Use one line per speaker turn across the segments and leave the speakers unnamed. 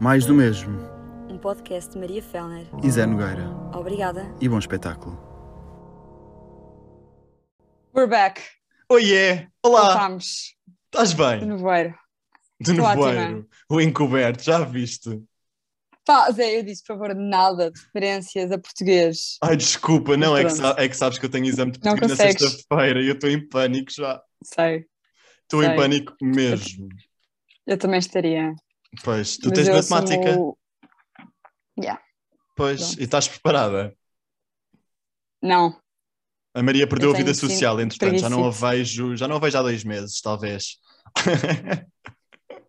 Mais do mesmo.
Um podcast de Maria Fellner.
E Zé Nogueira.
Obrigada.
E bom espetáculo.
We're back.
Oiê! Olá!
Voltámos
Estás
do
bem?
nevoeiro.
De
Estou ótima.
nevoeiro. O encoberto, já viste?
Pá, Zé, eu disse, por favor, nada de referências a português.
Ai, desculpa, não, é que,
Pronto.
sa- é que sabes que eu tenho exame de
Não
português na
consegues.
sexta-feira e eu estou em pânico já.
Sei,
Estou em
Sei.
pânico mesmo.
eu também estaria.
Pois, tu
Mas
tens
eu
matemática?
assumo-
Pois,
Pronto.
e estás preparada?
Não,
A Maria perdeu
Eu
a vida
tenho, sim,
social, entretanto, já não a
preguicite.
vejo, já não a vejo há dois meses, talvez.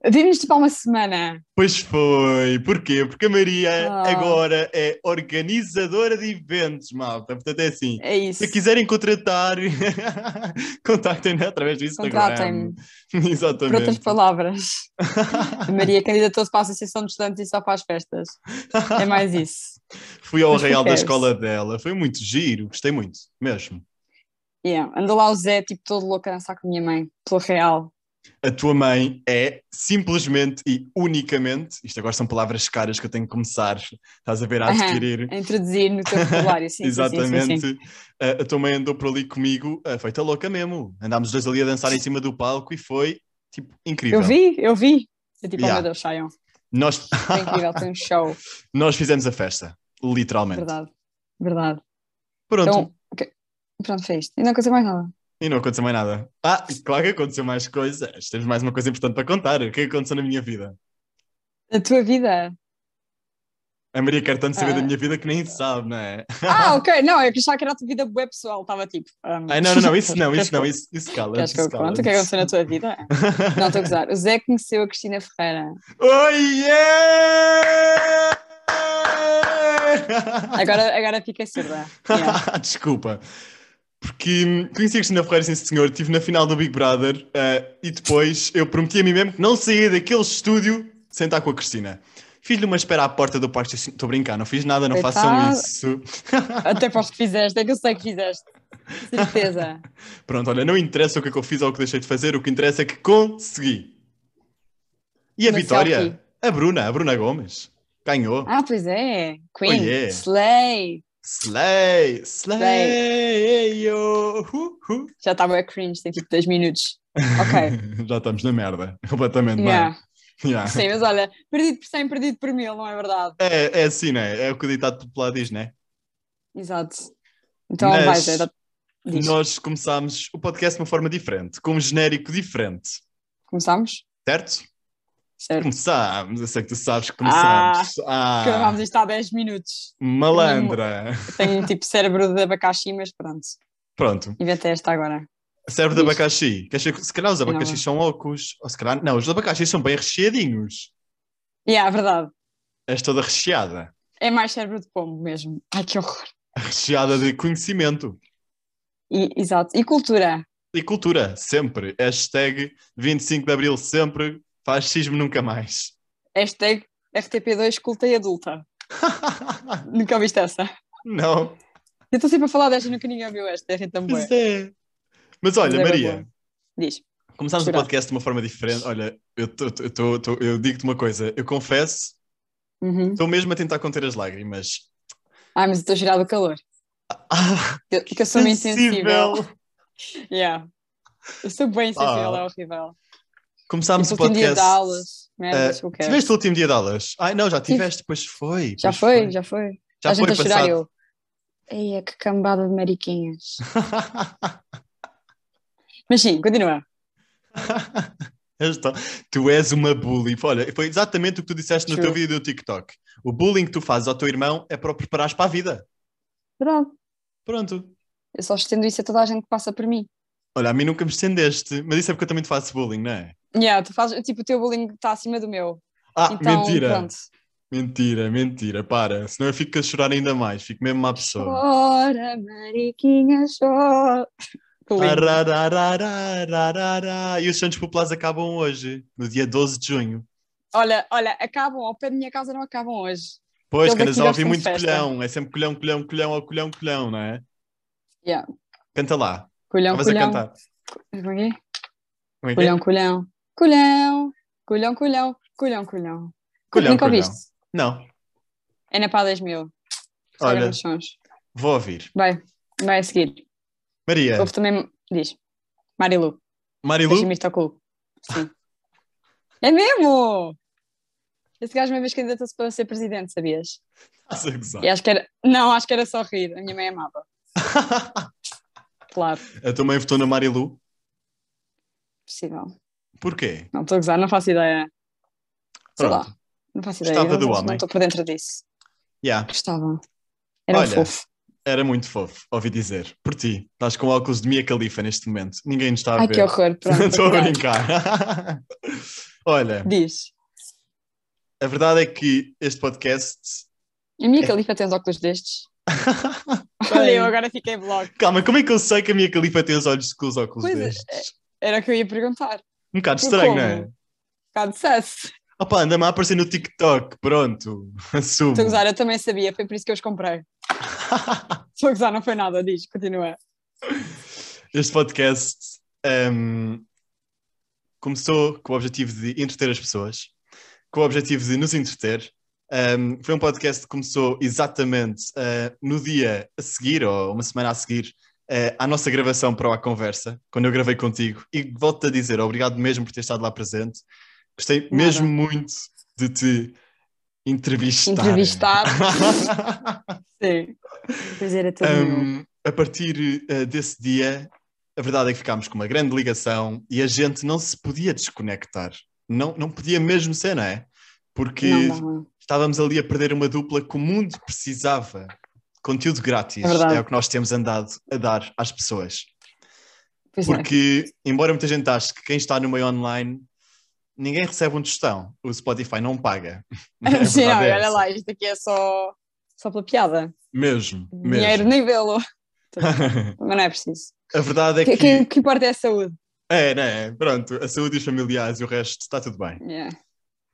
vimos tipo há uma semana.
Pois foi, porquê? Porque a Maria
Ah.
agora é organizadora de eventos, malta. Portanto, é assim,
É isso.
se quiserem contratar, contactem-na através do Instagram.
Contratem-me, por outras
Exatamente.
palavras. A Maria candidatou-se para a Associação de Estudantes e só faz festas. É mais isso.
Fui ao
Mas who
real da
cares?
escola dela, foi muito giro, gostei muito, mesmo.
Yeah. Andou lá o Zé, tipo, todo louco a dançar com a minha mãe, pelo real.
A tua mãe é simplesmente e unicamente, isto agora são palavras caras que eu tenho que começar, estás a ver, a
Aham.
adquirir.
A introduzir no teu vocabulário, sim, sim, sim, sim, sim.
Exatamente. A, a tua mãe andou por ali comigo, ah, feita louca mesmo. Andámos dois ali a dançar em cima do palco e foi, tipo, incrível.
Eu vi, eu vi. Eu tipo,
Yeah.
oh meu Deus, saiam.
Nós,
Foi incrível, tem um show.
nós fizemos a festa, literalmente.
Verdade, verdade.
Pronto,
Então, ok. pronto, foi isto. E não aconteceu mais nada.
e não aconteceu mais nada. Ah, claro que aconteceu mais coisas. Temos mais uma coisa importante para contar. O que é que aconteceu na minha vida?
A tua vida.
A Maria quer tanto saber
Ah.
da minha vida que nem sabe, não é?
Ah, ok, não, eu achava que era a tua vida web pessoal, estava tipo. um,
Ai, não, não, não, isso não,
queres
isso não,
que eu-
isso, isso cala.
Queres que eu conte o que aconteceu na tua vida? Não, estou a gozar. O Zé conheceu a Cristina Ferreira.
Oi, é!
Agora, agora fica surda. Yeah.
Desculpa. Porque hum, conheci a Cristina Ferreira, sim senhor, estive na final do Big Brother eh, e depois eu prometi a mim mesmo que não saía daquele estúdio sem estar com a Cristina. Fiz-lhe uma espera à porta do parque, assim, estou a brincar, não fiz nada, não façam
Coitada.
isso.
Até para os que fizeste, é que eu sei que fizeste. Certeza.
Pronto, olha, não interessa o que é que eu fiz ou o que deixei de fazer, o que interessa é que consegui. E a
Uma
vitória?
selfie.
A Bruna, a Bruna Gomes. Ganhou.
Ah, pois é. Queen,
Oh, yeah.
Slay.
Slay! Slay! oh, hu, hu.
Já estava a cringe, tem tipo 10 minutos. Ok.
Já estamos na merda, completamente. não é?
Yeah.
Yeah.
Sim, mas olha, perdido por 100, perdido por mil, não é verdade?
É, é assim, né? É o que o ditado popular diz, né?
Exato. Então
Mas-
vai, Zé, dá- diz.
Nós começámos o podcast de uma forma diferente, com um genérico diferente,
Começámos?
certo?
Certo.
Começámos, eu sei que tu sabes que começámos.
Porque
Ah,
Gravámos isto há 10 minutos.
malandra!
Eu Tenho tipo cérebro de abacaxi, mas pronto.
Pronto,
Inventei esta agora.
serve de
Diz.
abacaxi. Quer dizer, se calhar os abacaxis são ocos, ou se calhar. Não, os abacaxis são bem recheadinhos.
E yeah, é verdade.
És toda recheada.
É mais cérebro de pombo mesmo. Ai, que horror.
Recheada de conhecimento.
E- exato. E cultura?
E cultura, sempre. Hashtag 25 de Abril sempre. Fascismo nunca mais.
Hashtag RTP2 culta e adulta. Nunca ouviste essa?
Não.
Eu estou sempre a falar desta, nunca ninguém ouviu esta. É Rita
Pois é. Mas olha,
Mas é
Maria,
bom. Diz.
começámos o
Jurado.
podcast de uma forma diferente. Olha, eu, tô- tô- tô- tô- eu digo-te uma coisa. Eu confesso,
Uhum.
estou mesmo a tentar conter as lágrimas.
Ai, mas eu estou gerado o calor.
Ah,
Eu, que eu sou meio sensível.
sensível.
Yeah. Eu sou bem sensível,
Ah.
é horrível.
Começámos
Este
o
último dia
podcast.
de aulas, merdas,
Ah,
who cares?
Tiveste o último dia de aulas? Ai, não, já
Tive.
tiveste, pois foi.
Já
pois
foi, já foi.
Já
a gente
foi
a chorar
passado.
eu. Eia, que cambada de mariquinhas. Mas sim, continua.
Esta- tu és uma bully. Olha, foi exatamente o que tu disseste no
True.
teu vídeo do TikTok. O bullying que tu fazes ao teu irmão é para o preparares para a vida.
Verdade.
Pronto.
Eu só estendo isso a toda a gente que passa por mim.
Olha, a mim nunca me estendeste, mas isso é porque eu também te faço bullying, não é?
Yeah, tu fazes, tipo, o teu bullying está acima do meu.
Ah,
Então,
mentira,
pronto.
mentira, mentira, para. Senão eu fico a chorar ainda mais, fico mesmo má pessoa.
Chora, mariquinha, chora. Que lindo.
Ararararararará. E os Santos Populares acabam hoje, no dia 12 de junho.
Olha, olha, acabam, ao pé da minha casa não acabam hoje.
Pois,
Eles
que andas
aqui
a
gostam
ouvir
de
muito
festa.
colhão, é sempre colhão, colhão, colhão, ao colhão, colhão, não é?
Yeah.
Canta lá,
Colhão,
estavas a
colhão.
cantar.
Como é que é?
Como é que
Colhão,
é?
colhão, colhão, colhão, colhão, colhão,
Colhão,
Nunca
colhão.
ouviste?
Não,
É na pá 10 mil.
olha,
Olha. sons.
vou ouvir.
Vai, vai a seguir.
Maria,
Houve também, diz, Marilu,
Marilu,
deixa-me isto ao cu. Sim. é mesmo! Esse gajo uma vez candidatou-se para ser presidente, sabias?
estás a gozar.
E acho que era, não, acho que era só rir, a minha mãe amava, claro,
Eu também votou na Marilu.
possível.
Porquê?
Não estou a gozar, não faço ideia. Sei
Pronto.
lá, não faço ideia.
Gostava
não,
do
não
homem.
estou por dentro disso.
Yeah,
Gostava. Era um
Olha.
fofo.
era muito fofo, ouvi dizer. Por ti, estás com óculos de Mia Califa neste momento. Ninguém nos está tá a
Ai, que
ver.
horror, pronto.
Estou a
obrigada.
brincar. Olha,
Diz,
a verdade é que este podcast.
a minha califa tem os óculos destes? Olha, eu agora fiquei bloco.
Calma, como é que eu sei que a minha califa tem os olhos com os óculos
Pois é.
destes?
Era o que eu ia perguntar.
Um bocado
Por
estranho,
como?
não é?
Cá de suss.
Opa, anda-me a aparecer no TikTok, pronto. Assumo.
Estou a gozar, eu também sabia, foi por isso que eu os comprei. Estou a gozar, não foi nada, diz, continua.
Este podcast ehm, começou com o objetivo de entreter as pessoas, com o objetivo de nos entreter. Ehm, foi um podcast que começou exatamente eh, no dia a seguir, ou uma semana a seguir, eh, à nossa gravação para a conversa, quando eu gravei contigo. E volto a dizer obrigado mesmo por ter estado lá presente. Gostei mesmo muito de te entrevistar.
Entrevistar. Sim. Pois era tudo meu.
Um, a partir eh, desse dia, a verdade é que ficámos com uma grande ligação e a gente não se podia desconectar. Não, não podia mesmo ser, não é? Porque
Não, não, não.
estávamos ali a perder uma dupla que o mundo precisava. Conteúdo grátis
É verdade.
é o que nós temos andado a dar às pessoas.
Pois é.
Porque, embora muita gente ache que quem está no meio online, ninguém recebe um tostão. O Spotify não paga. A
Sim, não,
verdade
olha
é essa.
lá, isto aqui é só, só pela piada.
Mesmo, mesmo.
Dinheiro nem vê-lo. Mas não é preciso.
a verdade é
O que, que- o que importa é a saúde.
É, né? Pronto, a saúde e os familiares e o resto está tudo bem.
Yeah.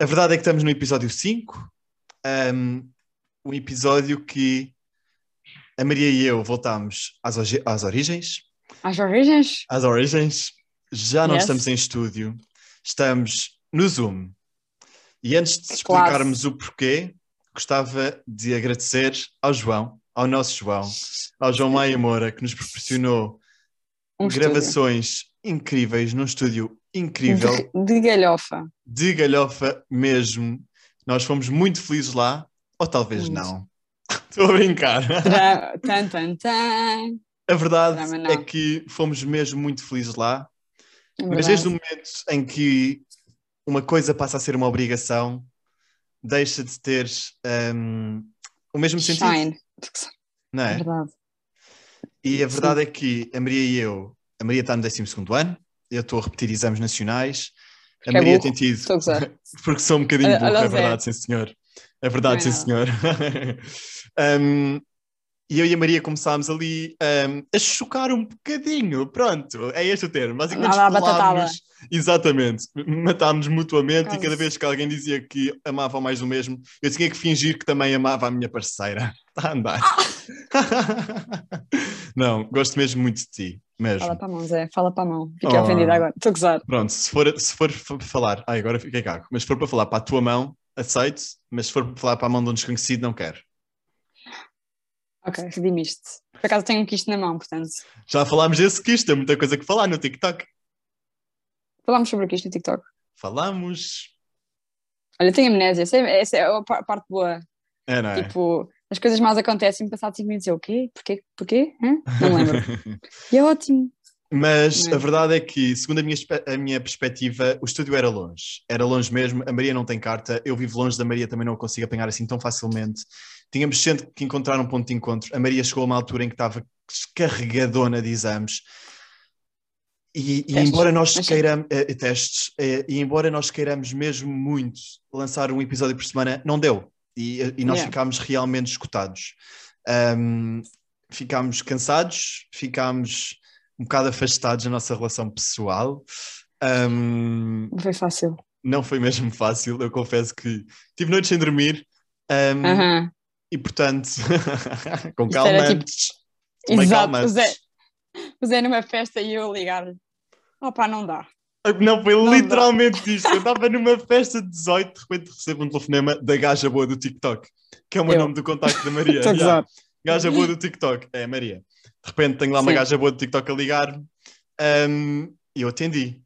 A verdade é que estamos no episódio 5, um, um episódio que a Maria e eu voltámos às, ogi- às origens.
Às origens?
Às origens, já não
Yes.
estamos em estúdio, estamos no Zoom. E antes de
classe.
explicarmos o porquê, gostava de agradecer ao João, ao nosso João, ao João Maia Moura, que nos proporcionou
Um estúdio.
gravações incríveis num estúdio incrível.
De, de galhofa.
de galhofa mesmo. Nós fomos muito felizes lá, ou talvez
Muito.
não. Estou a brincar.
Tra- tan, tan, tan.
A verdade
Drama não.
é que fomos mesmo muito felizes lá,
É verdade.
mas desde o momento em que uma coisa passa a ser uma obrigação, deixa de ter hum, o mesmo sentido,
Shine.
não
É
é?
verdade.
E a verdade é que a Maria e eu, a Maria está no 12 ano, eu estou a repetir exames nacionais, a
Porque é
Maria
burro.
tem tido
Estou a gozar.
Porque sou um bocadinho
Olha-
burro,
olha o
é
Zé.
verdade, sim senhor. É verdade, sim
Não é
senhor. Um, e eu e a Maria começámos ali um, a chocar um bocadinho, pronto, é este o termo. Basicamente
Nada à batatada.
falámos- exatamente, matámos mutuamente e
Quase.
cada vez que alguém dizia que amava mais do mesmo, eu tinha que fingir que também amava a minha parceira. Está a andar. Não, gosto mesmo muito de ti, mesmo.
Ah! Fala para a mão, Zé. Fala para a mão. Fiquei
Oh.
ofendida agora. Estou a gozar.
Pronto, se for, se for f- falar, ai, agora fiquei cago, mas se for para falar para a tua mão, aceito, mas se for para falar para a mão de um desconhecido, não quero.
Ok, redimiste. Por acaso tenho um quisto na mão, portanto.
Já falámos desse que isto, tem muita coisa que falar no TikTok.
Falámos sobre o quisto no TikTok.
Falámos.
Olha, tenho amnésia. Essa é, essa é a par- parte boa.
É, não é?
Tipo, as coisas mais acontecem, passado 5 minutos eu, o quê? Porquê? Porquê? Hã? Não me lembro. E é ótimo.
mas
Não é?
a verdade é que, segundo a minha, espe- a minha perspectiva, o estúdio era longe. Era longe mesmo, a Maria não tem carta, eu vivo longe da Maria, também não a consigo apanhar assim tão facilmente. Tínhamos sempre que encontrar um ponto de encontro. A Maria chegou a uma altura em que estava descarregadona de exames. E, e
Testes.
embora nós
Mas sim.
queiramos eh, testes, eh, e embora nós queiramos mesmo muito lançar um episódio por semana, não deu. E, e nós
Yeah.
ficámos realmente escutados. Ahm, ficámos cansados, ficámos um bocado afastados da nossa relação pessoal. Ahm,
Não foi fácil.
não foi mesmo fácil, eu confesso que tive noites sem dormir. ahm,
Aham.
E portanto, com
Isto era
calma.
tipo-
antes. Tomei
Exato.
calmantes.
é O Zé, o Zé numa festa e eu a ligar-lhe. Opa, não dá.
Ah, Não, foi
dá.
literalmente isto. Eu estava numa festa de 18, de repente recebo um telefonema da gaja boa do TikTok, que é o meu
Eu.
nome do contacto da Maria.
Estou a
Yeah.
gozar.
Gaja boa do TikTok, é a Maria. De repente tenho lá uma
Sim.
gaja boa do TikTok a ligar-me hum, e eu atendi.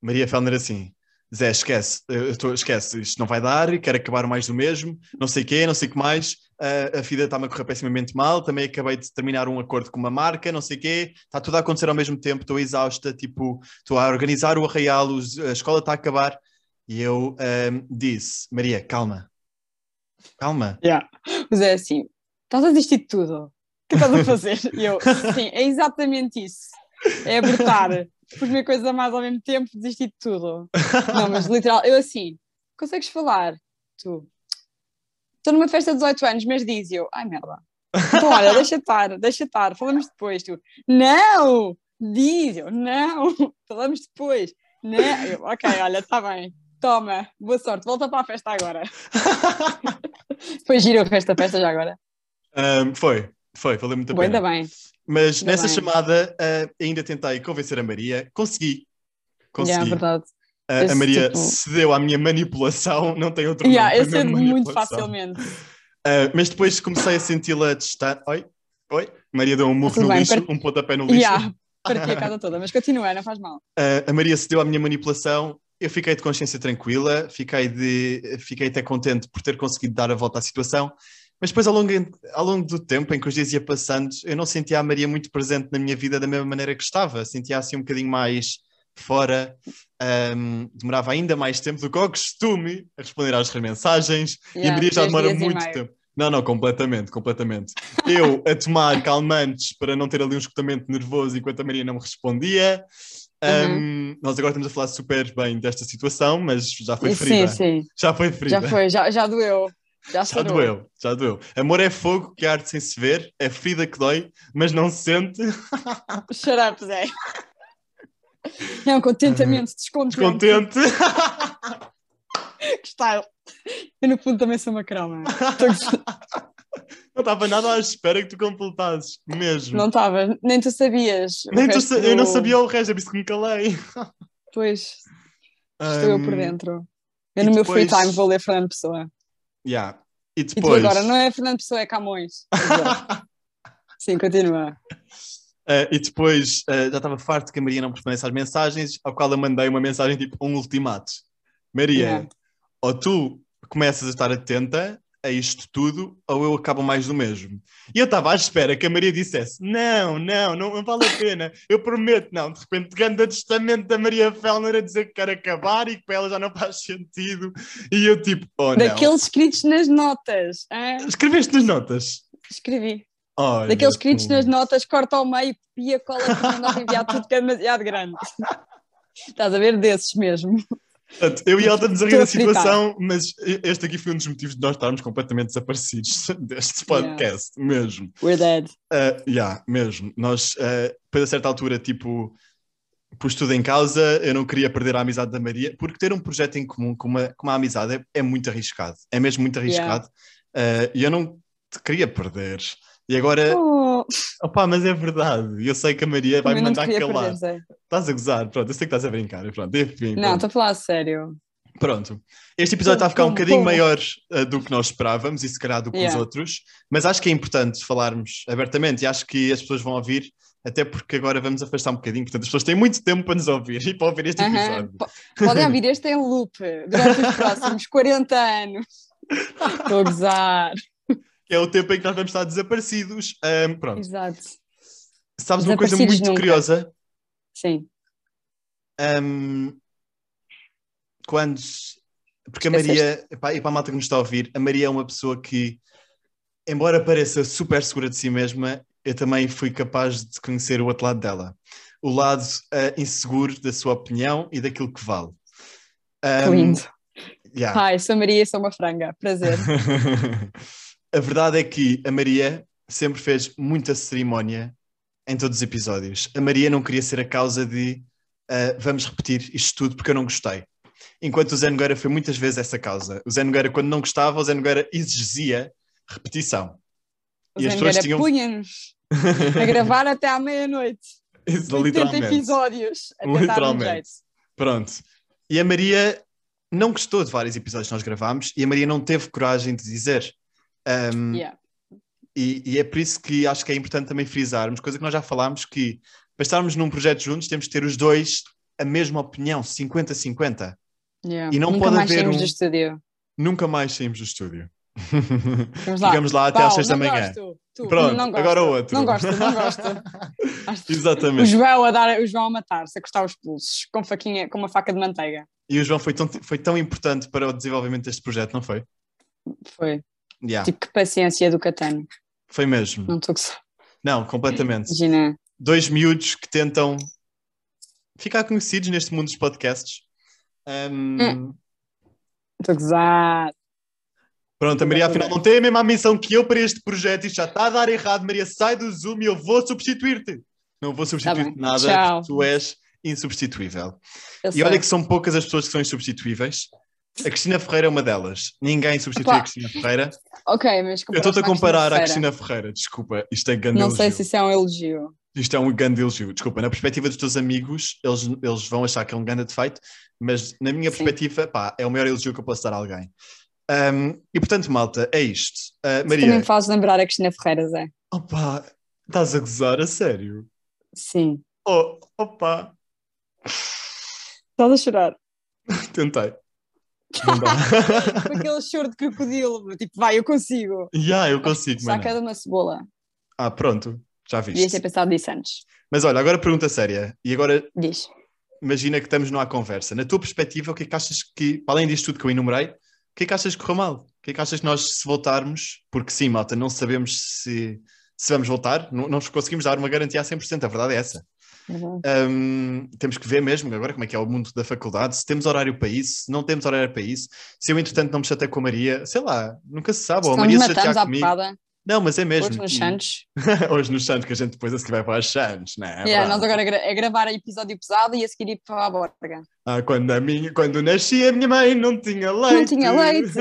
Maria Fellner assim, Zé, esquece, eu estou- esquece, isto não vai dar, quero acabar mais do mesmo, não sei o quê, não sei o que mais, a, a vida está-me a correr pessimamente mal, também acabei de terminar um acordo com uma marca, não sei o quê, está tudo a acontecer ao mesmo tempo, estou exausta, tipo, estou a organizar o arraial, os- a escola está a acabar. E eu hum, disse, Maria, calma, calma,
Yeah. Mas é assim, estás a desistir de tudo. O que estás a fazer? E eu, sim, é exatamente isso. É abortar. Comer coisa a mais ao mesmo tempo, desistir de tudo. Não, mas literal, eu assim, consegues falar? Tu. Estou numa festa de 18 anos, mas diz e eu, ai merda. Então olha, deixa estar, deixa estar, falamos depois. Tu, não! Diz eu, não! Falamos depois. Não! Eu, ok, olha, está bem. Toma, boa sorte, volta para a festa agora. Foi giro a festa, a festa já agora.
Ahm, Hum, foi, foi, valeu muito a
Bom,
pena.
ainda bem.
Mas
ainda
nessa
bem.
chamada ah, ainda tentei convencer a Maria,
Yeah,
consegui.
é
Consegui.
verdade.
Ah, a
esse
Maria
tipo-
cedeu à minha manipulação, não tem outro
Yeah, eu
nome. para
cedo
minha
muito
manipulação.
facilmente.
Ah, mas depois comecei a senti-la testar. Oi, oi. Maria deu um murro
Tudo
no
bem,
lixo,
per-
um pontapé no lixo.
Yeah, parti a casa toda, mas continua, não faz mal.
Ah, a Maria cedeu à minha manipulação. Eu fiquei de consciência tranquila, fiquei, de, fiquei até contente por ter conseguido dar a volta à situação. Mas depois, ao longo, ao longo do tempo em que os dias ia passando, eu não sentia a Maria muito presente na minha vida da mesma maneira que estava. Sentia assim um bocadinho mais fora. ahm, demorava ainda mais tempo do que ao costume a responder às mensagens. e a
Yeah,
Maria já
três
demora
dias e
muito
meio.
tempo. Não, não, completamente, completamente. Eu a tomar calmantes para não ter ali um escutamento nervoso enquanto a Maria não me respondia.
Uhum.
Um, nós agora estamos a falar super bem desta situação, mas já foi
Sim,
ferida.
sim,
Já foi ferida.
já foi, já, já doeu. Já,
Já
chorou.
doeu, já doeu. Amor é fogo que arde sem se ver, é ferida que dói, mas não se sente.
Shut up, Zé. É um contentamento, descontentamento.
Uhum. Descontente.
Que style. Eu no fundo também sou uma croma. Estou a gostar.
Não estava nada à espera que tu completasses, mesmo.
Não estavas, nem tu sabias. o
Nem tu
resto
sa- Eu não
do-
sabia o resto, é por isso que me calei.
Pois, estou eu por
Um,
dentro. Eu
e
no meu free
depois-
time vou ler Fernando Pessoa.
yeah. E
E
depois.
tu agora não é Fernando Pessoa, é Camões. Sim, continua.
Uh, e depois uh, já estava farto que a Maria não me respondesse às mensagens, ao qual eu mandei uma mensagem tipo um ultimato. Maria,
Yeah.
ou tu começas a estar atenta a isto tudo, ou eu acabo mais do mesmo. E eu estava à espera que a Maria dissesse: não, não, não, não vale a pena, eu prometo, não. De repente, grande testamento da Maria Fellner a dizer que quer acabar e que para ela já não faz sentido. E eu tipo: oh não.
Daqueles escritos nas notas. hã?
Escreveste nas notas.
Escrevi.
Olha hum.
Daqueles escritos
tu.
nas notas, corta ao meio, pia, cola, manda enviar tudo que é demasiado grande. Estás a ver desses mesmo.
Portanto, eu e ela estamos a rir
Estou
da
a fritar.
situação, mas este aqui foi um dos motivos de nós estarmos completamente desaparecidos deste podcast, mesmo.
We're dead.
Ah, yeah, mesmo. Nós, ah, depois a certa altura, tipo, pus tudo em causa, eu não queria perder a amizade da Maria, porque ter um projeto em comum com uma, com uma amizade é, é muito arriscado, é mesmo muito arriscado, Ah, e eu não te queria perder. E agora,
Oh,
opá, mas é verdade, eu sei que a Maria vai me
também não te
mandar
queria
calar.
perder, Zé.
Estás a gozar, pronto, eu sei que estás a brincar, pronto, enfim.
Não,
pronto.
estou a falar a sério.
Pronto. Este episódio está a ficar um
Pum, pum,
bocadinho
pum.
maior eh, do que nós esperávamos e se calhar do que os
Yeah.
outros, mas acho que é importante falarmos abertamente e acho que as pessoas vão ouvir, até porque agora vamos afastar um bocadinho, portanto as pessoas têm muito tempo para nos ouvir e para ouvir este
Aham.
episódio.
Po- Podem ouvir este em loop durante os próximos 40 anos. Estou a gozar.
Que é o tempo em que nós vamos estar desaparecidos. Ahm, pronto.
Exato.
Sabes uma coisa
Desaparecidos
muito
nunca.
curiosa?
Sim.
Ahm, quando. Porque a
Esqueceste.
Maria, epá, e para a malta que nos está a ouvir, a Maria é uma pessoa que, embora pareça super segura de si mesma, eu também fui capaz de conhecer o outro lado dela. O lado ah, inseguro da sua opinião e daquilo que vale.
Que
Ahm,
lindo.
yeah.
Ai, sou Maria, sou uma franga. Prazer.
a verdade é que a Maria sempre fez muita cerimónia em todos os episódios. A Maria não queria ser a causa de ah, vamos repetir isto tudo porque eu não gostei. Enquanto o Zé Nogueira foi muitas vezes essa causa. O Zé Nogueira, quando não gostava, o Zé Nogueira exigia repetição.
O
E as
Zé
pessoas
Nogueira
tinham-
punha-nos a gravar até à meia-noite.
Isso,
80
literalmente.
episódios. Até dar um
Literalmente.
jeito.
Pronto. E a Maria não gostou de vários episódios que nós gravámos e a Maria não teve coragem de dizer. eh, Ahm,
Yeah.
e, e é por isso que acho que é importante também frisarmos, coisa que nós já falámos, que para estarmos num projeto juntos temos que ter os dois a mesma opinião, 50-50.
Yeah.
E não
Nunca
pode
mais
haver
saímos
um-
do estúdio.
Nunca mais saímos do estúdio.
Vamos lá.
Ficamos lá até
Pau,
às 6 da
não
manhã.
gosto. Tu,
Pronto,
não gosto.
agora é outro.
Não gosto, não gosto. O
Exatamente.
João a, dar, o João a matar-se, a cortar os pulsos com, faquinha, com uma faca de manteiga.
E o João foi tão, foi tão importante para o desenvolvimento deste projeto, não foi?
Foi.
Yeah,
Tipo, que paciência do Catano.
Foi mesmo.
Não estou que só.
Não, completamente.
Imagina.
Dois miúdos que tentam ficar conhecidos neste mundo dos podcasts. Ahm,
Hum. Estou a gozar.
Pronto, a Maria afinal não tem a mesma missão que eu para este projeto. Isto já está a dar errado, Maria. Sai do Zoom e eu vou substituir-te. Não vou substituir-te
bem.
nada.
Tá Tchau. Tá
Tu és insubstituível.
Eu
E olha
sei.
que são poucas as pessoas que são insubstituíveis. A Cristina Ferreira é uma delas. Ninguém substitui
Opa.
a Cristina Ferreira.
Ok, mas
Eu estou-te a comparar à
a
Cristina Ferreira. Desculpa, isto é grande
Não
elogio.
sei se isso é um elogio.
Isto é um grande elogio. Desculpa, na perspectiva dos teus amigos, eles, eles vão achar que é um grande defeito, mas na minha
Sim.
perspectiva, pá, é o maior elogio que eu posso dar a alguém. Ahm, e portanto, malta, é isto. Ah,
Tu também
Maria,
me fazes lembrar a Cristina Ferreira, Zé.
opa, estás a gozar, a sério?
Sim.
Oh, opa,
Estás a chorar.
tentei. Não dá.
Com Tipo, aquele choro de crocodilo. Tipo, vai, eu consigo.
yeah, eu consigo,
Só
mano.
cada uma cebola.
Ah, pronto, já
Devias ter
viste.
pensado nisso antes.
Mas olha, agora pergunta séria. E agora
Diz.
imagina que estamos numa conversa. Na tua perspectiva, o que é que achas que, para além disto tudo que eu enumerei, o que é que achas que correu mal? O que é que achas que nós, se voltarmos, porque sim, malta, não sabemos se, se vamos voltar, não, não conseguimos dar uma garantia a 100%, a verdade é essa.
Tá
Hum, temos que ver mesmo agora como é que é o mundo da faculdade, se temos horário para isso, se não temos horário para isso, se eu, entretanto, não me chatei com a Maria, sei lá, nunca se sabe, ou a
Não
Maria
nos
se chatear
matamos à
comigo.
porrada.
Não, mas é mesmo.
Hoje
é
nos
E-
Santos.
hoje nos Santos, que a gente depois a seguir vai para os Santos, não é?
Yeah,
Pronto.
nós agora gra- é gravar episódio pesado e a seguir ir para a borga.
Ah, quando, a minha, quando nasci, a minha mãe não tinha leite.
Não tinha leite.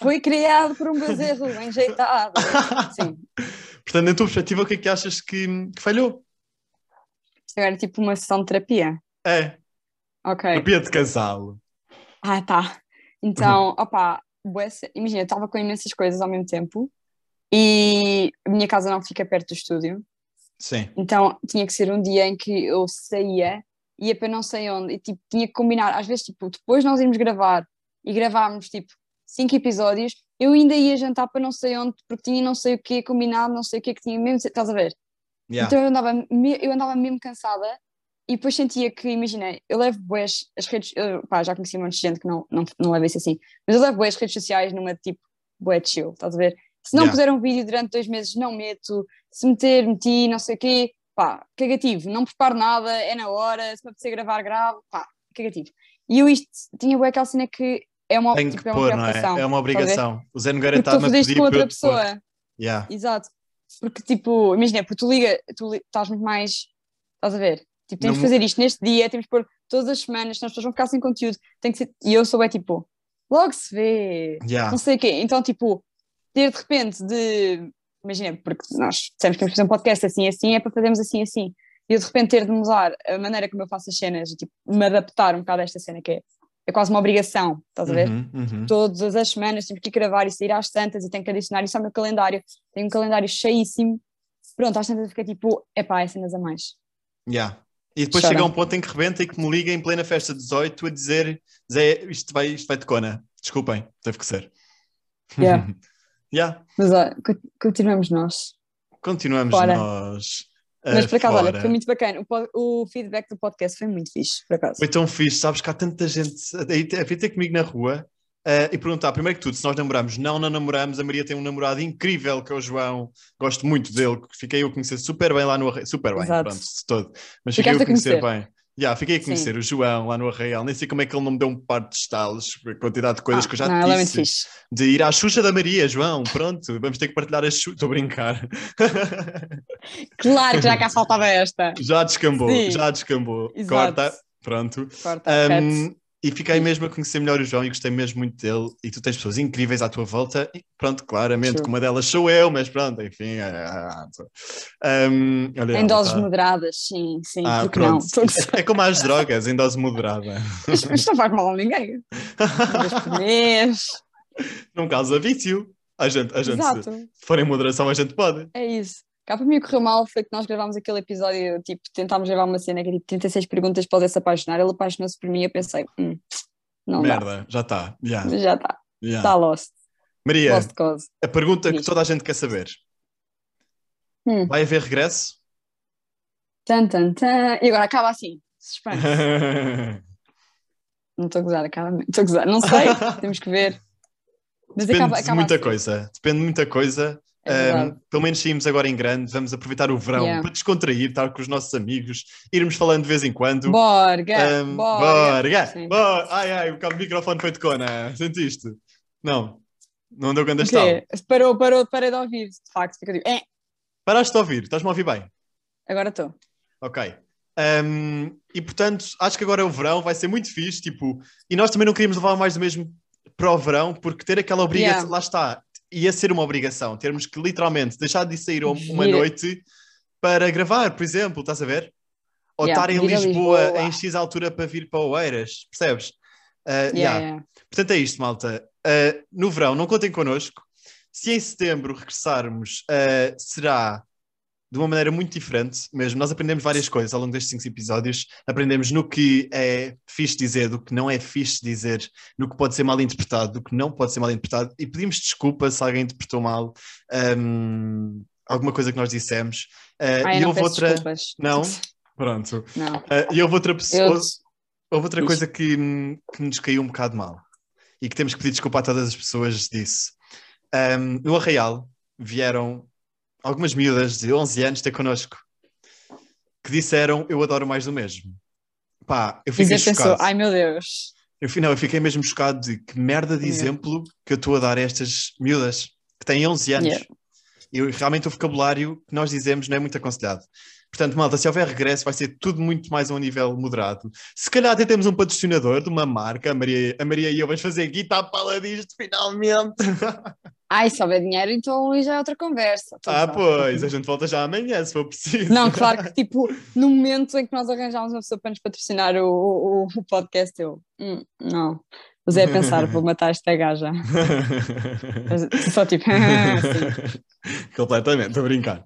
Foi criado por um bezerro enjeitado. Sim.
Portanto, na tua perspectiva, o que é que achas que, que falhou?
Isto agora é tipo uma sessão de terapia.
É,
Ok.
terapia de casal.
Ah, tá.
Uhum.
Então, opa, bué ce- imagina, eu estava com imensas coisas ao mesmo tempo e a minha casa não fica perto do estúdio.
Sim.
Então tinha que ser um dia em que eu saía, ia para não sei onde, e tipo, tinha que combinar, às vezes, tipo, depois nós íamos gravar e gravámos tipo cinco episódios, eu ainda ia jantar para não sei onde, porque tinha não sei o que combinado, não sei o que que tinha mesmo, estás a ver?
Yeah.
Então eu andava, me- eu andava mesmo cansada e depois sentia que, imagina, eu levo boas as redes, eu, pá, já conheci um monte de gente que não, não, não leva isso assim, mas eu levo boas as redes sociais numa tipo boé chill, estás a ver? Se não
Yeah.
puser um vídeo durante dois meses, não meto, se meter, meti, não sei o quê, pá, cagativo, não preparo nada, é na hora, se me apetecer gravar, gravo, pá, cagativo. E eu isto, tinha boa aquela cena que é uma,
Tenho
tipo,
que
é uma
pôr, não
preocupação.
é? É uma obrigação. O Zé Nogueira
Porque tu
está-me a
fazeste
pedir
com
para
outra
eu te pôr.
pessoa.
Yeah.
Exato. Porque, tipo, imagina, porque tu liga, tu li- estás muito mais. Estás a ver? Tipo, temos
Não-
de fazer isto neste dia, temos de pôr todas as semanas, senão as pessoas vão ficar sem conteúdo. Tem que ser. E eu sou bem tipo, logo se vê,
Yeah.
não sei o quê. Então, tipo, ter de repente de. Imagina, porque nós dissemos que vamos fazer um podcast assim, assim, é para fazermos assim, assim. E eu de repente ter de mudar a maneira como eu faço as cenas, e, tipo, me adaptar um bocado a esta cena que é, é quase uma obrigação, estás a ver?
Uhum, uhum.
todas as semanas, tenho que ir gravar e sair às tantas e tenho que adicionar isso ao meu calendário. Tenho um calendário cheíssimo. Pronto, às tantas fica tipo, epá, é cenas a mais.
Yeah. E depois
Chora.
chega um ponto em que rebenta e que me liga em plena festa de 18 a dizer Zé, isto vai, isto vai de cona. Desculpem, teve que ser. Uhum.
Yeah.
Yeah.
Mas olha, co- continuamos nós.
Continuamos
Fora.
nós.
Mas por acaso, olha,
afora.
foi muito bacana. O, pod- o feedback do podcast foi muito fixe, por acaso.
Foi tão fixe, sabes que há tanta gente a, a vir ter comigo na rua eh, e perguntar, primeiro que tudo, se nós namoramos. Não, não namoramos. A Maria tem um namorado incrível que é o João. Gosto muito dele, que fiquei eu a conhecer super bem lá no Arraial. Super bem,
Exato.
pronto, de todo.
Ficaste
Mas fiquei eu a
a
conhecer,
conhecer.
bem. Já, fiquei a conhecer
Sim.
o João lá no Arraial. Nem sei como é que ele não me deu um par de estalos, a quantidade de coisas
Ah,
que eu já
não, ela é muito
disse.
fixe.
de ir à Xuxa da Maria, João, pronto, vamos ter que partilhar a Xuxa. Estou a brincar.
Claro que já cá faltava esta.
já descambou,
Sim.
já descambou.
Exato.
Corta, pronto.
Corta,
Um,
cut.
E fiquei mesmo a conhecer melhor o João e gostei mesmo muito dele. E tu tens pessoas incríveis à tua volta. E pronto, claramente,
True.
que uma delas sou eu, mas pronto, enfim. ah, ah, hum, olha,
Em
ela
doses
tá-
moderadas, sim, sim,
Ah,
porque não?
pronto. É como as drogas, em dose moderada.
Isto, isto não faz mal a ninguém. Uma vez por mês.
Não causa vício. A gente, a gente se
Exato,
for em moderação, a gente pode.
é isso. Cá para mim o que correu mal foi que nós gravámos aquele episódio, tipo, tentámos gravar uma cena que é tipo 36 perguntas para ele se apaixonar. Ele apaixonou-se por mim e eu pensei, hum, não
Merda, já está.
dá, já tá. está, está lost,
Maria,
lost cause.
a pergunta que
Diz.
toda a gente quer saber:
Hum.
vai haver regresso?
Tan, tan, tan. E agora acaba assim, suspense. não estou a gozar, acaba mesmo, estou a gozar, não sei, temos que ver. Mas
Depende
acaba,
de
acaba
muita
assim,
coisa. Depende de muita coisa.
é
Um,
verdade.
pelo menos saímos agora em grande, vamos aproveitar o verão
Yeah.
para descontrair, estar com os nossos amigos, irmos falando de vez em quando.
Borga,
Um,
borga.
borga,
Sim.
bor- Ai, ai, o microfone foi de cona, sentiste? Não, não deu grande
O
estalo.
quê? Parou, parou, parei de ouvir, de facto, fica tipo, eh,
Paraste de ouvir, estás-me a ouvir bem?
agora estou.
Eh, Ok. Um, e portanto, acho que agora é o verão vai ser muito fixe, tipo, e nós também não queríamos levar mais do mesmo para o verão, porque ter aquela obrigação,
Yeah.
lá está, ia ser uma obrigação, termos que literalmente deixar de sair um- uma
Vir-
noite para gravar, por exemplo, estás a ver? Ou
Yeah,
estar em
vir a
Lisboa,
Lisboa.
em X altura para vir para Oeiras, percebes? Uh,
Yeah,
yeah.
yeah.
Portanto, é isto, malta. Uh, no verão, não contem connosco. Se em setembro regressarmos, uh, será de uma maneira muito diferente mesmo. Nós aprendemos várias coisas ao longo destes cinco episódios. Aprendemos no que é fixe dizer, do que não é fixe dizer, no que pode ser mal interpretado, do que não pode ser mal interpretado. E pedimos desculpa se alguém interpretou mal um, alguma coisa que nós dissemos. Uh,
Ai,
e
eu não
houve
peço
outra.
desculpas.
Não? Pronto.
Não.
Ah, e houve outra, pessoa,
Eu-
houve- houve outra
Diz.
coisa que, hum, que nos caiu um bocado mal e que temos que pedir desculpa a todas as pessoas disso. Ahm, no Arraial vieram algumas miúdas de 11 anos ter connosco que disseram eu adoro mais do mesmo. Pá, eu
E
fiquei
já pensou,
chocado.
ai meu Deus.
Eu, fi- não, eu fiquei mesmo chocado de que merda de
Yeah.
exemplo que eu estou a dar a estas miúdas que têm 11 anos.
Yeah.
E eu- realmente o vocabulário que nós dizemos não é muito aconselhado. Portanto, malta, se houver regresso, vai ser tudo muito mais a um nível moderado. Se calhar até temos um patrocinador de uma marca. A Maria, a Maria e eu vamos fazer guitarra pala disto, finalmente.
Ai, se houver dinheiro, então aí já é outra conversa. Estou a
Ah,
gozar.
pois, a gente volta já amanhã, se for preciso.
Não, claro que tipo, no momento em que nós arranjámos uma pessoa para nos patrocinar o, o, o podcast, eu, hum, não. O Zé a pensar, vou matar esta gaja. Só tipo, assim.
Completamente, estou a brincar.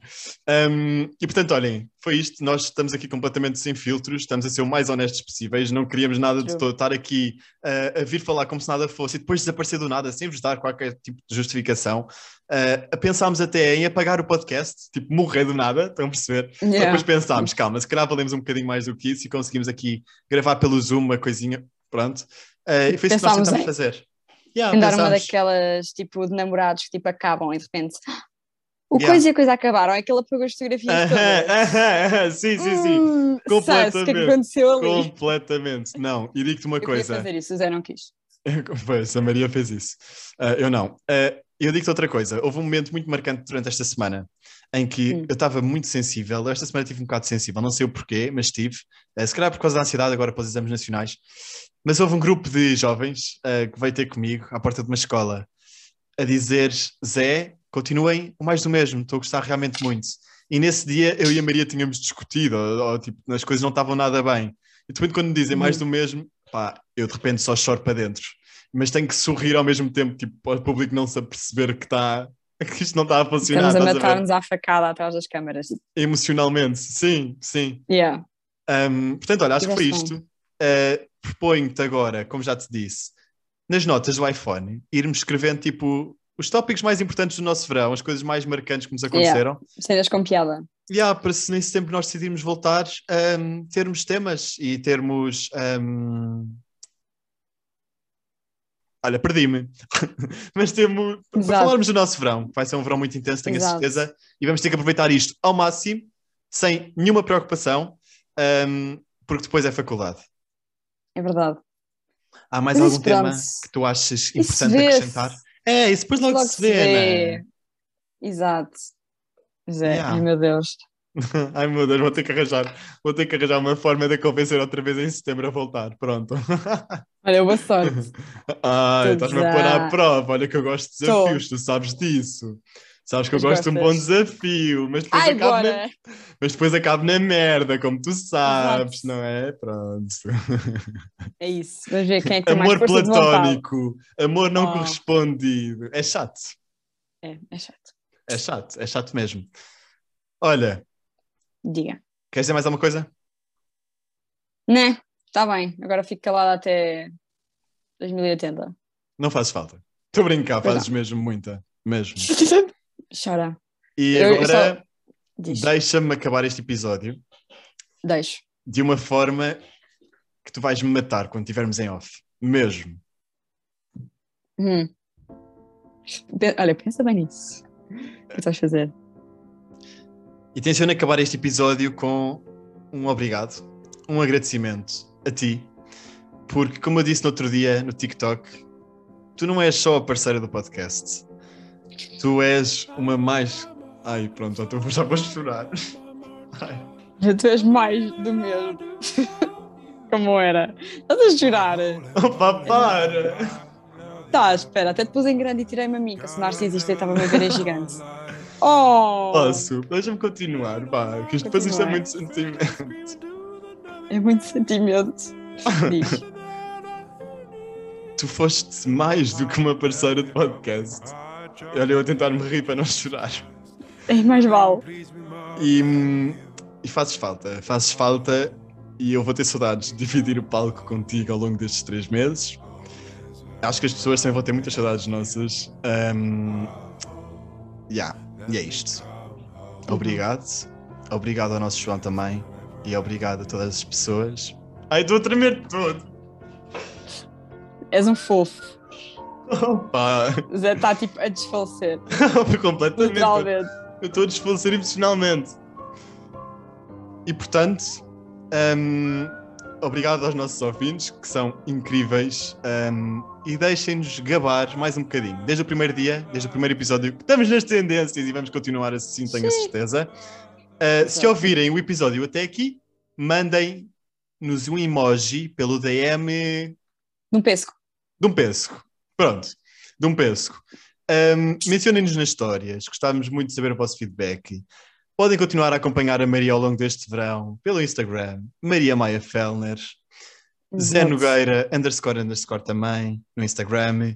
Um, e portanto, olhem, foi isto. Nós estamos aqui completamente sem filtros, estamos a ser o mais honestos possíveis. Não queríamos nada de
True.
todo, estar aqui uh, a vir falar como se nada fosse e depois desaparecer do nada, sem vos dar qualquer tipo de justificação. Uh, pensámos até em apagar o podcast, tipo morrer do nada, estão a perceber? Mas
Yeah.
Depois pensámos, calma, se calhar valemos um bocadinho mais do que isso e conseguimos aqui gravar pelo Zoom uma coisinha, pronto. Uh, e foi isso que nós
Pensámos
tentámos
em-
fazer. Yeah,
Andar uma
pensámos.
daquelas tipo de namorados que tipo acabam e de repente o
Yeah.
coisa e a coisa acabaram, é que ele apagou as fotografias
Aham,
todas.
aham, aham, sim, sim, sim.
Hum, sabes o que é que
Completamente.
aconteceu ali?
Completamente. Não, e digo-te uma
Eu queria
coisa.
fazer isso, o Zé não quis.
Pois, a Maria fez isso. Ah, eu não. Ah, eu digo-te outra coisa. Houve um momento muito marcante durante esta semana em que
Hum.
eu estava muito sensível. Eu Esta semana estive um bocado sensível, não sei o porquê, mas estive. Ah, se calhar por causa da ansiedade, agora para os exames nacionais. Mas houve um grupo de jovens ah, que veio ter comigo à porta de uma escola a dizer: Zé, continuem o mais do mesmo, estou a gostar realmente muito. E nesse dia eu e a Maria tínhamos discutido, ou, ou, tipo, as coisas não estavam nada bem. E de repente, quando me dizem mais do mesmo, pá, eu de repente só choro para dentro. Mas tenho que sorrir ao mesmo tempo, tipo, para o público não se aperceber que está. Que isto não está a funcionar,
Estamos a
estás a ver?
matar-nos à facada atrás das câmaras.
Emocionalmente, sim, sim.
Yeah.
Um, portanto, olha, acho que foi
Tiveste
isto. Uh, Proponho-te agora, como já te disse, nas notas do iPhone, irmos escrevendo tipo os tópicos mais importantes do nosso verão, as coisas mais marcantes que nos aconteceram.
Cenas com piada.
E há para se nesse tempo nós decidirmos voltar, um, termos temas e termos. um, Olha, perdi-me. Mas temos. Para
Exato.
falarmos do nosso verão, que vai ser um verão muito intenso, tenho a
Exato.
certeza, e vamos ter que aproveitar isto ao máximo, sem nenhuma preocupação, um, porque depois é faculdade.
É verdade.
Há mais
Mas
algum
isso
tema
pronto.
que tu achas
Isso
importante
vê-se.
acrescentar? É, isso depois logo, se vê, né?
Exato. Zé,
Yeah.
ai meu Deus.
Ai meu Deus, vou ter que arranjar, vou ter que arranjar uma forma de a convencer outra vez em setembro a voltar. Pronto.
Olha, boa sorte.
Ai,
Tô a
estás-me Ah, a pôr à
gozar.
prova. Olha que eu gosto de
é. Tô.
desafios, tu sabes disso. Sabes que eu
Mas
gosto de um bom
gostas.
desafio, mas depois,
Ai,
acabo na...
bora.
mas depois acabo na merda, como tu sabes, não é? Pronto.
É isso. Vamos ver quem é que tem mais
Amor
força de vontade.
platónico, amor não
Oh.
correspondido. É chato,
É, é chato.
é chato, é chato mesmo. Olha,
Diga.
queres dizer mais alguma coisa?
Né? Está bem. Agora fico calada até 2080.
Não fazes falta. Estou a brincar,
Pois
fazes mesmo muita, mesmo.
Chora.
E
Eu- eu
agora
Diz.
deixa-me acabar este episódio.
Deixo.
de uma forma que tu vais me matar quando estivermos em off. Mesmo.
Hum. Pe- Olha, pensa bem nisso. O que estás a fazer?
E tenciono acabar este episódio com um obrigado, um agradecimento a ti, porque, como eu disse no outro dia no TikTok, tu não és só a parceira do podcast, tu és uma mais. Ai, pronto, já estou já vou chorar. Ai.
Tu és mais do mesmo. Como era? Estás a jurar?
Opa, Oh, para!
Tá, espera, até depois em grande e tirei-me a mim, que se narcisista estava a ver em gigante. Oh!
Posso? Deixa-me continuar, pá, que isto- depois isto é
Continua.
muito sentimento.
É muito sentimento. Diz.
Tu foste mais do que uma parceira de podcast. Olha, eu a tentar me rir para não chorar.
É mais vale.
E, hum, e fazes falta, fazes falta e eu vou ter saudades de dividir o palco contigo ao longo destes três meses. Acho que as pessoas também vão ter muitas saudades nossas. Hum, yeah, e é isto. Obrigado. Obrigado ao nosso João também. E obrigado a todas as pessoas. Ai, estou a tremer todo.
És um fofo.
Opa,
O Zé está tipo a desfalecer.
completamente.
Literalmente.
Eu estou a desfalecer emocionalmente. E portanto, hum, obrigado aos nossos ouvintes, que são incríveis. hum, e deixem-nos gabar mais um bocadinho. Desde o primeiro dia, desde o primeiro episódio, estamos nas tendências e vamos continuar assim, tenho a certeza. Uh, se
Exato.
ouvirem o episódio até aqui, mandem-nos um emoji pelo DM
Num pesco.
de um pesco. Pronto, de um pesco. Ahm, Mencionem-nos nas histórias, gostávamos muito de saber o vosso feedback. Podem continuar a acompanhar a Maria ao longo deste verão pelo Instagram, Maria Maia Fellner, Zé
Exato.
Nogueira, underscore, underscore também, no Instagram.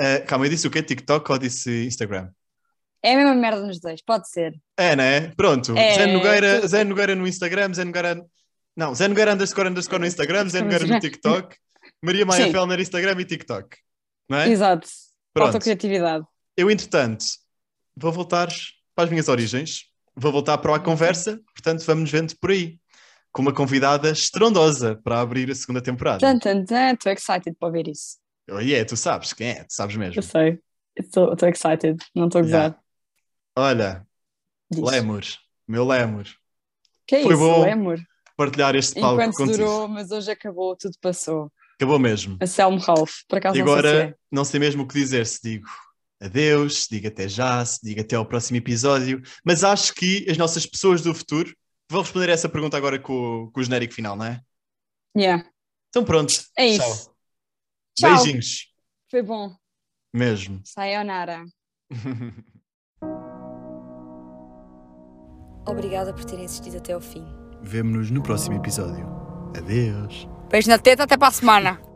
Ah, calma, eu disse o quê? TikTok ou disse Instagram?
É a mesma merda nos dois, pode ser.
É, não é? Pronto,
É,
Zé, Nogueira,
tudo.
Zé Nogueira no Instagram, Zé Nogueira... Não, Zé Nogueira, underscore, underscore no Instagram, Zé Nogueira no TikTok, Maria Maia
Sim.
Fellner, Instagram e TikTok. Não é?
Exato. Falta
Pronto.
criatividade.
Eu, entretanto, vou voltar para as minhas origens, vou voltar para a
Uhum.
conversa, portanto, vamos vendo por aí, com uma convidada estrondosa para abrir a segunda temporada.
Tan, tan, tan. Estou excited para ver isso.
Oh, yeah, tu sabes quem é, tu sabes mesmo.
Eu sei. Estou excited. Não estou a gozar.
Yeah. Olha,
Diz.
Lemur, meu Lemur,
Que é
Foi
isso,
bom.
Lemur?
partilhar este palco
Enquanto
contigo.
durou, mas hoje acabou, tudo passou.
Acabou mesmo.
Anselmo Ralph, por acaso
E
não sei se é.
agora não sei mesmo o que dizer, se digo adeus, se digo até já, se digo até ao próximo episódio, mas acho que as nossas pessoas do futuro vão responder essa pergunta agora com, o- com o genérico final, não é?
Yeah.
Então pronto.
É
tchau.
isso. Tchau.
Beijinhos.
Foi bom.
Mesmo.
Sayonara.
Obrigada por terem assistido até ao fim.
Vemo-nos no próximo episódio. Adeus.
Beijo na teta, até para a semana.